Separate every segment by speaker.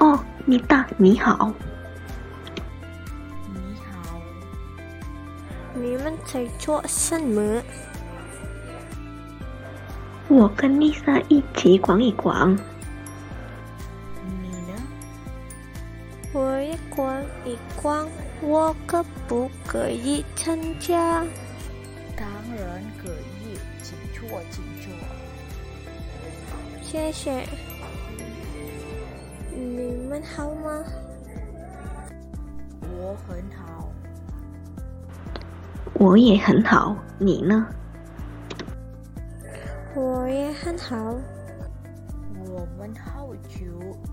Speaker 1: 哦你大你好，
Speaker 2: 你好，
Speaker 3: 你们在做什么？
Speaker 1: 我跟丽莎一起逛一逛。
Speaker 2: 你呢？
Speaker 3: 我也逛一逛，我可不可以参加？
Speaker 2: 当然可以，请坐，请坐。
Speaker 3: 谢谢。你们好吗？
Speaker 2: 我很好，
Speaker 1: 我也很好，你呢？
Speaker 3: 我也很好。
Speaker 2: 我们好久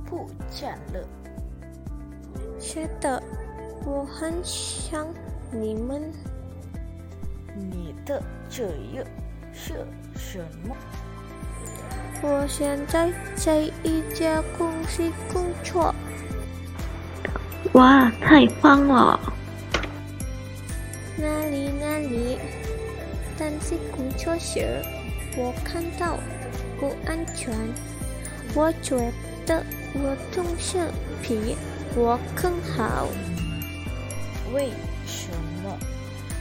Speaker 2: 不见了。
Speaker 3: 是的，我很想你们。
Speaker 2: 你的职业是什么？
Speaker 3: 我现在在一家公司工作，
Speaker 1: 哇，太棒了！
Speaker 3: 那里那里。但是工作时，我看到不安全，我觉得我同事比我更好。
Speaker 2: 为什么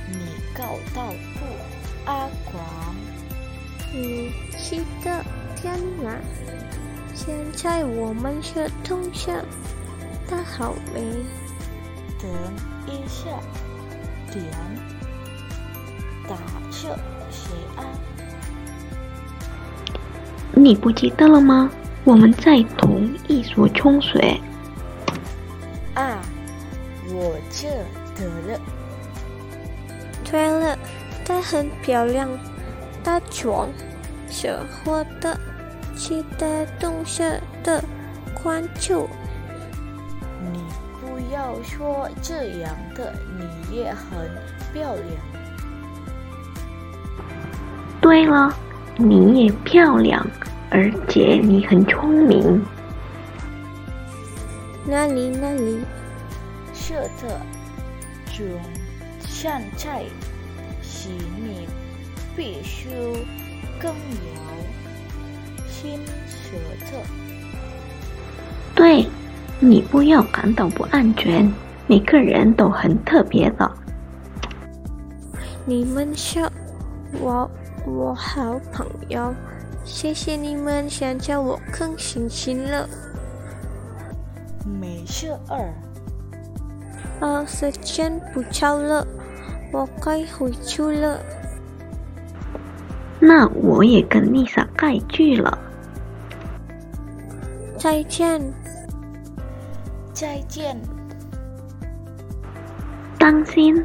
Speaker 2: 你搞到不阿广？
Speaker 3: 你记得天吗？现在我们是同事，他好没？
Speaker 2: 等一下，点打是谁啊？
Speaker 1: 你不记得了吗？我们在同一所中学。
Speaker 2: 啊，我记得了，
Speaker 3: 对了，她很漂亮，她从舍获得其他同事的关注。
Speaker 2: 你不要说这样的，你也很漂亮。
Speaker 1: 对了，你也漂亮，而且你很聪明。
Speaker 3: 那里那里，
Speaker 2: 是的，总现在是你必须更有心学的。
Speaker 1: 对，你不要感到不安全，每个人都很特别的。
Speaker 3: 你们是我我好朋友，谢谢你们想叫我更省心了。
Speaker 2: 没事儿，
Speaker 3: 呃，时间不早了，我该回去了。
Speaker 1: 那我也跟丽莎该去了，
Speaker 3: 再见，
Speaker 2: 再见。
Speaker 1: 当心。